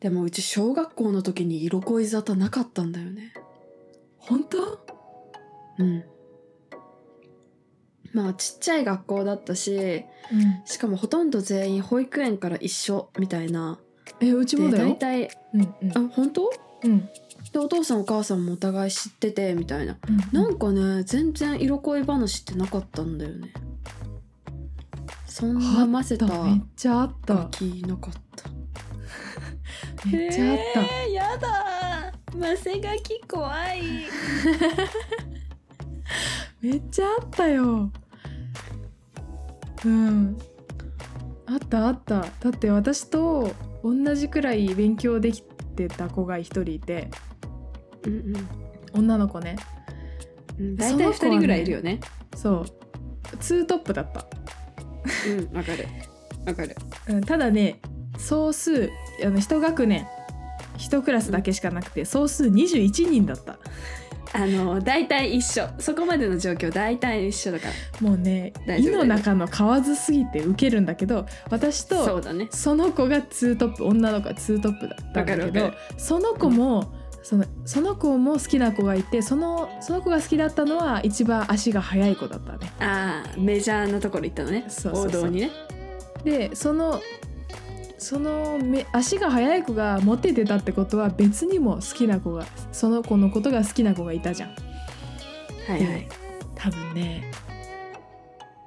でもうち小学校の時に色恋沙汰なかったんだよね。本当うん。まあちっちゃい学校だったし、うん。しかもほとんど全員保育園から一緒みたいな。え、うちもでだ大よ。体、うんうんあ、本当うん。でお父さんお母さんもお互い知っててみたいな。うなんかね、全然色恋話ってなかったんだよね。そんなませたあっためっちゃあった。気なかった。めっちゃあった。えー、やだーマセガキ怖いめっちゃあったようんあったあっただって私と同じくらい勉強できてた子が一人いて うんうん。女の子ねうんそ大体の2子は人ぐらいいるよね。そうツートップだった、うん、わかる。わかる。うん、ただね総数あの一学年一クラスだけしかなくて総数21人だったあの、大体一緒。そこまでの状況、大体一緒だから。もうね大胃丈夫の中の蛙すぎてウケるんだけど私とそうだね。その子がツートップ女の子がツートップだったんだけわかるどわかその子もそのその子も好きな子がいてそのその子が好きだったのは一番足が速い子だったね。ああ、メジャーなところ行ったのね。そうそうそう王道にね。でそのそのめ足が速い子がモテてたってことは別にも好きな子がその子のことが好きな子がいたじゃん。はいはい。多分ね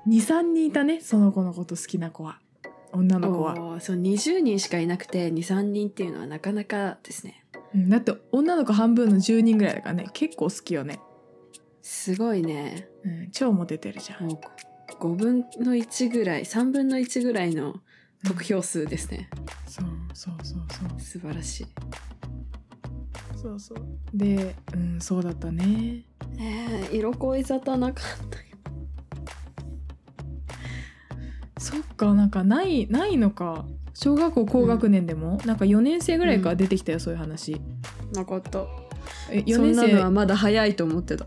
23人いたねその子のこと好きな子は女の子は。おーそう20人しかいなくて23人っていうのはなかなかですねうんだって女の子半分の10人ぐらいだからね結構好きよね。すごいねうん、超モテてるじゃん。もう5分の1ぐらい3分の1ぐらいの得票数ですねそうそうそうそ素う晴らしいそうそうでうんそうだったねえー、色恋沙汰なかったそっかなんかないないのか小学校高学年でも、なんか4年生ぐらいから出てきたよ、そういう話なかったえ4そんな年のは生まだ早いと思ってた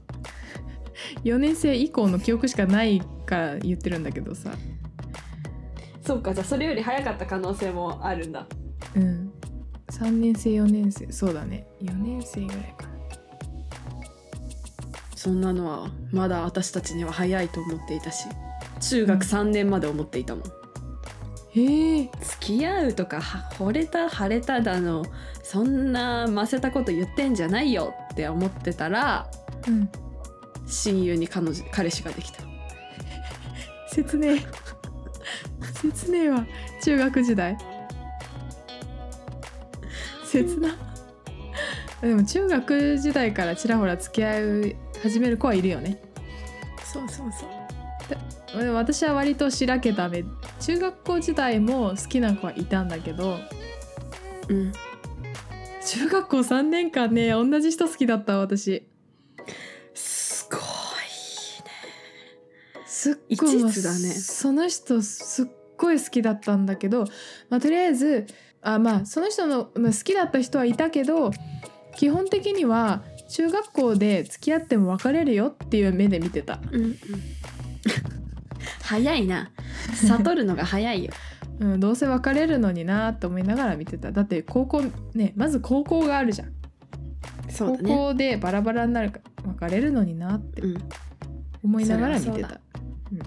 4年生以降の記憶しかないから言ってるんだけどさそうかじゃあそれより早かった可能性もあるんだうん3年生4年生そうだね4年生ぐらいかなそんなのはまだ私たちには早いと思っていたし中学3年まで思っていたもんへえ付き合うとかは惚れた腫れただのそんなませたこと言ってんじゃないよって思ってたらうん親友に彼女彼氏ができた説明説明は中学時代切なでも中学時代からちらほら付き合い始める子はいるよねそうそうそうでも私は割としらけた目中学校時代も好きな子はいたんだけどうん中学校3年間ね同じ人好きだった私すごいすっ一ごい途だねその人すっごい好きだったんだけど、まあ、とりあえずあまあその人の、まあ、好きだった人はいたけど基本的には中学校で付き合っても別れるよっていう目で見てたうんうん 早いな悟るのが早いようん、どうせ別れるのになと思いながら見てただって高校ねまず高校があるじゃん、 そう高だね校でバラバラになるから別れるのになってうん思いながら見そてれはたそううん、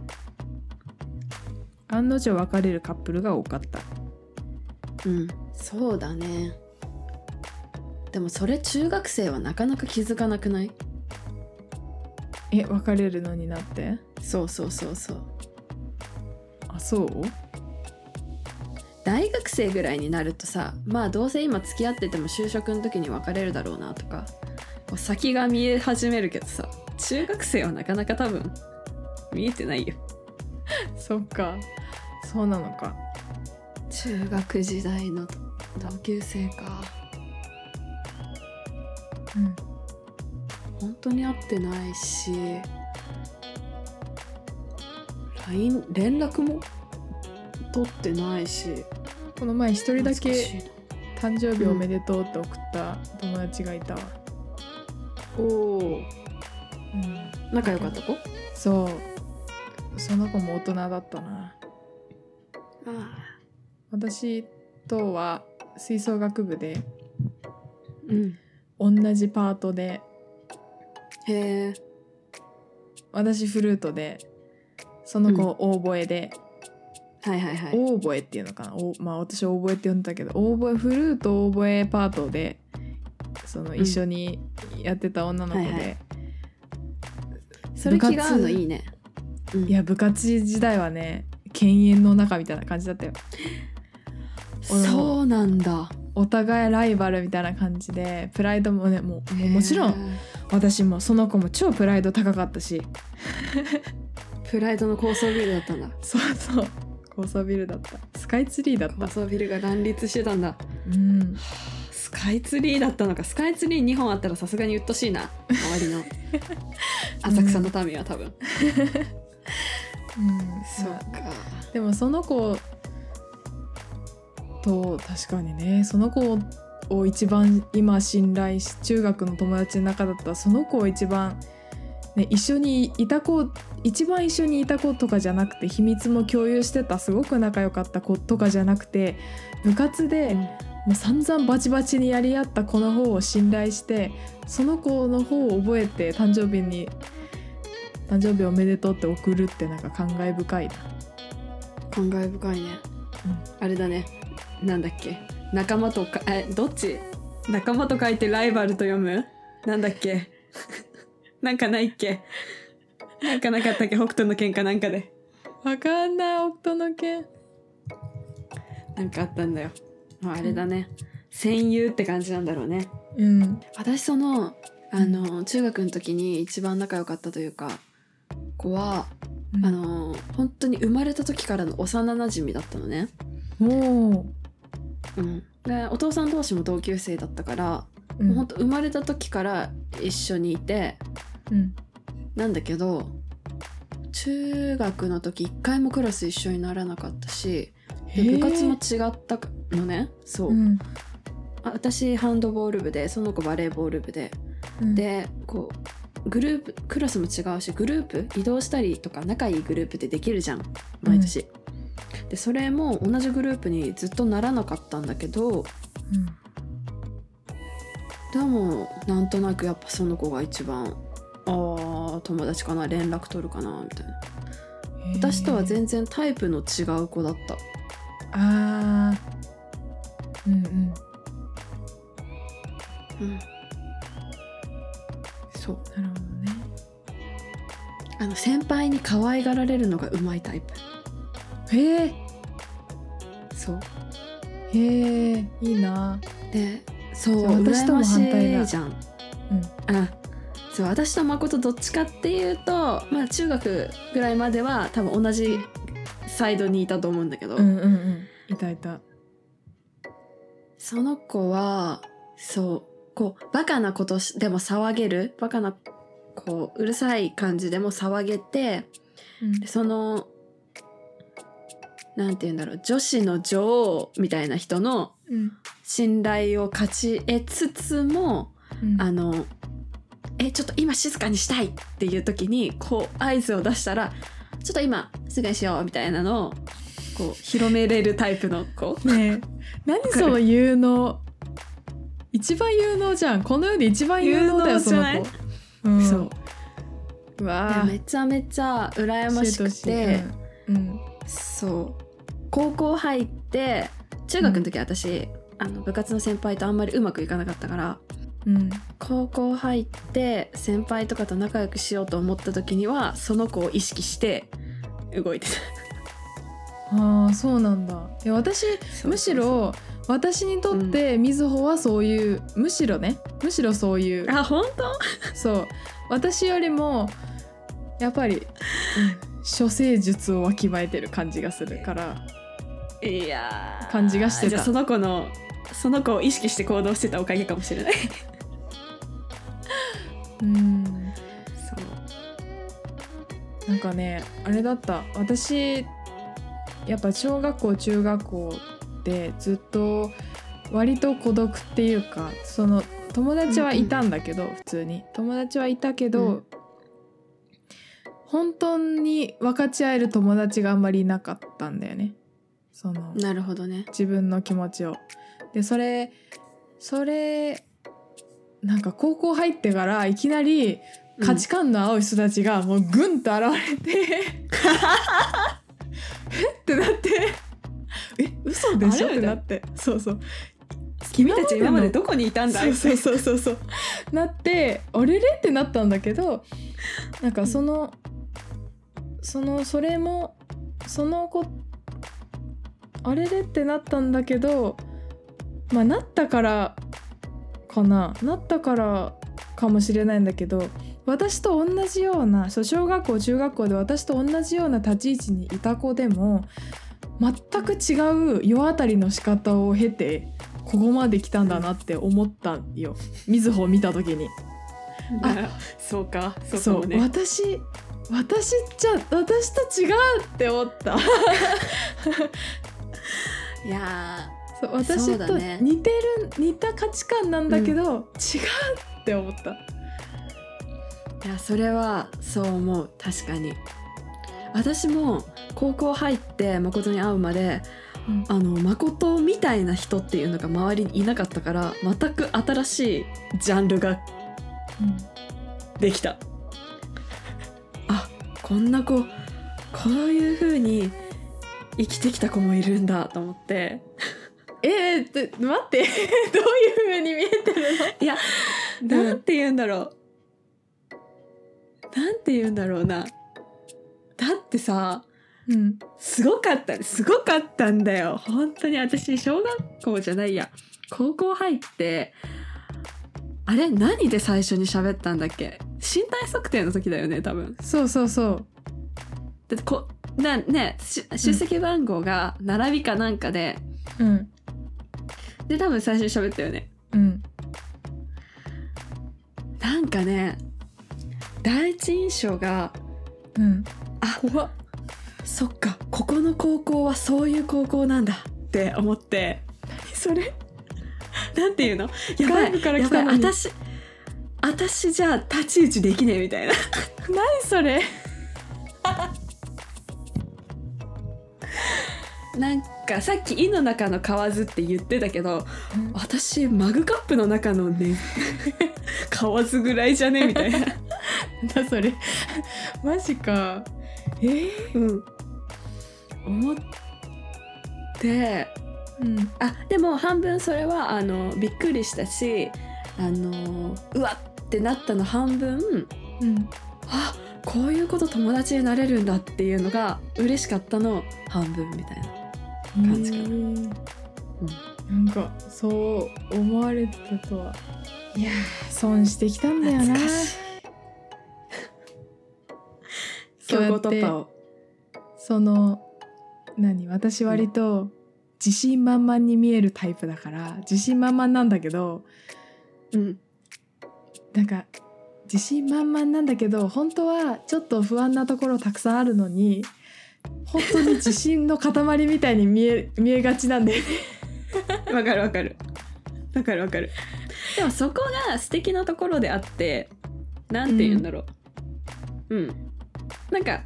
案の定別れるカップルが多かったうんそうだねでもそれ中学生はなかなか気づかなくないえ別れるのになってそうそうそうそうあそう大学生ぐらいになるとさまあどうせ今付き合ってても就職の時に別れるだろうなとかこう先が見え始めるけどさ中学生はなかなか多分見えてないよそっかそうなのか中学時代の同級生かうん本当に会ってないし LINE 連絡も取ってないしこの前一人だ懐かしけいな誕生日おめでとうって送った友達がいたわ、おおうん、仲良かった子そうその子も大人だったなあ私とは吹奏楽部でうん同じパートでへえ私フルートでその子オーボエで、はいはいはいオーボエっていうのかなおまあ私オーボエって呼んだけどオーボエフルートオーボエパートでその一緒にやってた女の子で、はいはいいそれ気が合うのいいねうんや部活時代はね犬猿の中みたいな感じだったよ俺もそうなんだお互いライバルみたいな感じでプライドもねもうもうもちろんへ私もその子も超プライド高かったし えプライドの高層ビルだったんだそうそう高層ビルだったスカイツリーだっ高た層ビルが乱立してたんだうんスカイツリーだったのかスカイツリー2本あったらさすがに鬱陶しいな周り の浅草の民は多分、うんそうまあかでもその子と確かにねその子を一番今信頼し中学の友達の中だったらその子を一番、ね、一緒にいた子一番一緒にいた子とかじゃなくて秘密も共有してたすごく仲良かった子とかじゃなくて部活でもう散々バチバチにやり合った子の方を信頼してその子の方を覚えて誕生日に「誕生日おめでとう」って送るってなんか感慨深いな。感慨深いね、あれだねなんだっけ仲間とかえどっち仲間と書いてライバルと読むなんだっけ なんかないっけなんかなかったっけ北斗の喧嘩なんかでわかんない、夫の件。なんかあったんだよ、まあ、あれだね戦友って感じなんだろうねうん。私そのあの中学の時に一番仲良かったというか子はあ、の本当に生まれた時からの幼なじみだったのね、もうん、でお父さん同士も同級生だったから、う、もう本当生まれた時から一緒にいてうん。なんだけど中学の時一回もクラス一緒にならなかったしで部活も違ったのねそう、うん。あ私ハンドボール部でその子バレーボール部でうん、でこうグループクラスも違うしグループ移動したりとか仲いいグループってできるじゃん毎年、でそれも同じグループにずっとならなかったんだけどでもなんとなくやっぱその子が一番あー友達かな連絡取るかなみたいなうん、私とは然。全然タイプの違う子だったああ。うんううん。んそうなるほどね。あの先輩に可愛がられるのがうまいタイプへえ。そうへえ。いいな。でそうそう私私とともも反反対対だじゃん、うあそう私と誠どっちかっていうとまあ中学ぐらいまでは多分同じサイドにいたと思うんだけど、うんうんうん。いたいた。その子はそうこうバカなことしでも騒げるバカなこううるさい感じでも騒げてうんでそのなんて言うんだろう女子の女王みたいな人のうん。信頼を勝ち得つつもうんあの、え、ちょっと今静かにしたいっていう時に、こう合図を出したら、ちょっと今静かにしようみたいなのを、こう広めれるタイプの子。ねえ。何その有能。一番有能じゃん。この世で一番有能だよ、有能そじゃのない子。うんそう。うわあ。めちゃめちゃ羨ましく教えてほ、しい。うん。うんそう。高校入って、中学の時私、あの部活の先輩とあんまりうまくいかなかったから、うん、高校入って先輩とかと仲良くしようと思った時には、その子を意識して動いてああそうなんだいや私た。むしろ私にとってみずほはそういう、むしろねむしろそういうあ、本当そう私よりもやっぱり、うん、処世術をわきまえてる感じがするからいやー感じがしてたじゃあその子のその子を意識して行動してたおかげかもしれないうんそうなんかねあれだった私やっぱ小学校中学校でずっと割と孤独っていうかその友達はいたんだけど、普通に友達はいたけど、うん本当に分かち合える友達があんまりいなかったんだよねそのなるほどね自分の気持ちをでそれそれなんか高校入ってからいきなり価値観の合う人たちがもうグンと現れて、 えってなってえ嘘でしょあっれてなってそうそう君たち今までのどこにいたんだそうそうそうそうそうなってあれれってなったんだけどなんかそのそのそれもその子あれれってなったんだけどまあなったからかななったからかもしれないんだけど私と同じようなそう小学校中学校で私と同じような立ち位置にいた子でも全く違う世当たりの仕方を経てここまで来たんだなって思ったんよ瑞穂を見た時に。あそうかそうかそもうね私私じゃ私と違うって思った。いやそうそ私うだとね似てる、似た価値観なんだけど、違うって思った。ーいやそれはそう思う確かに私も高校入って誠に会うまでうんあの誠みたいな人っていうのが周りにいなかったから全く新しいジャンルができたあこんな子こういう風に生きてきた子もいるんだと思ってえー、って待って どういう風に見えてるの？んなんて言うんだろう、なんて言うんだろうなだってさうんすごかったすごかったんだよ本当に私小学校じゃないや高校入ってあれ何で最初に喋ったんだっけ身体測定の時だよね多分そうそうそう。だってこなねし出席番号が並びかなんかで、うんで多分最初に喋ったよねうんなんかね第一印象がうん。あ怖っ。そっかここの高校はそういう高校なんだって思ってそれなんていうのやば外部いからや来ばたいのに私私じゃあ立ち位置できねえみたいな何それ？ なんかさっき「井の中の蛙」って言ってたけど私マグカップの中のね 蛙ぐらいじゃねみたいな、なんだそれ マジかえー、うん、思ってうんあでも半分それはあのびっくりしたしあのうわってなったの半分うんあこういうこと友達になれるんだっていうのが嬉しかったの半分みたいな感じかななんかそう思われたとはいやー損してきたんだよな そう強や豪って突破をその何私割と自信満々に見えるタイプだから自信満々なんだけどうんなんか自信満々なんだけど本当はちょっと不安なところたくさんあるのに本当に自信の塊みたいに見え見えがちなんだよね。 わかるわかるわかるわかるでもそこが素敵なところであってなんて言うんだろううん、なんか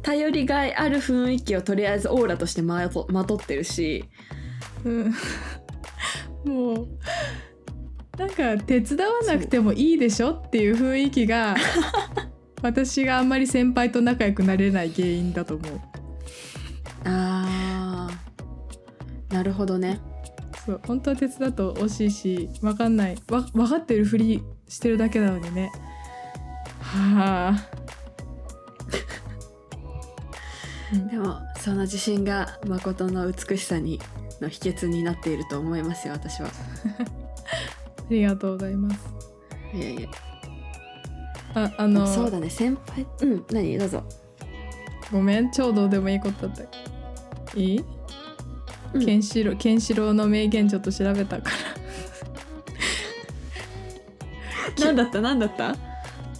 頼りがいある雰囲気をとりあえずオーラとしてまとまとってるしうん、 もうなんか手伝わなくてもいいでしょっていう雰囲 気が私があんまり先輩と仲良くなれない原因だと思う。あーなるほどねそう本当は手伝うと惜しいし分かんないわ分かってるふりしてるだけなのにね。はあ。でもその自信が誠の美しさにの秘訣になっていると思いますよ私はありがとうございます。いやいやあああのそうだね先輩うん何どうぞごめん超どうでもいいことだった。いい、うんケンシロウケンシロウの名言ちょっと調べたから。 何だった何だった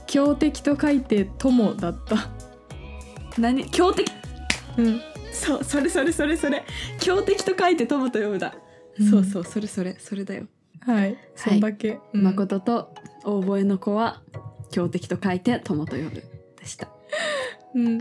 強敵と書いて友だった。何強敵うん。そうそれそれそれそれ強敵と書いて友と呼ぶだ、そうそうそれそれそれだよ、はい。そんだけ。うん誠と大覚えの子は強敵と書いて友と呼ぶでしたうん。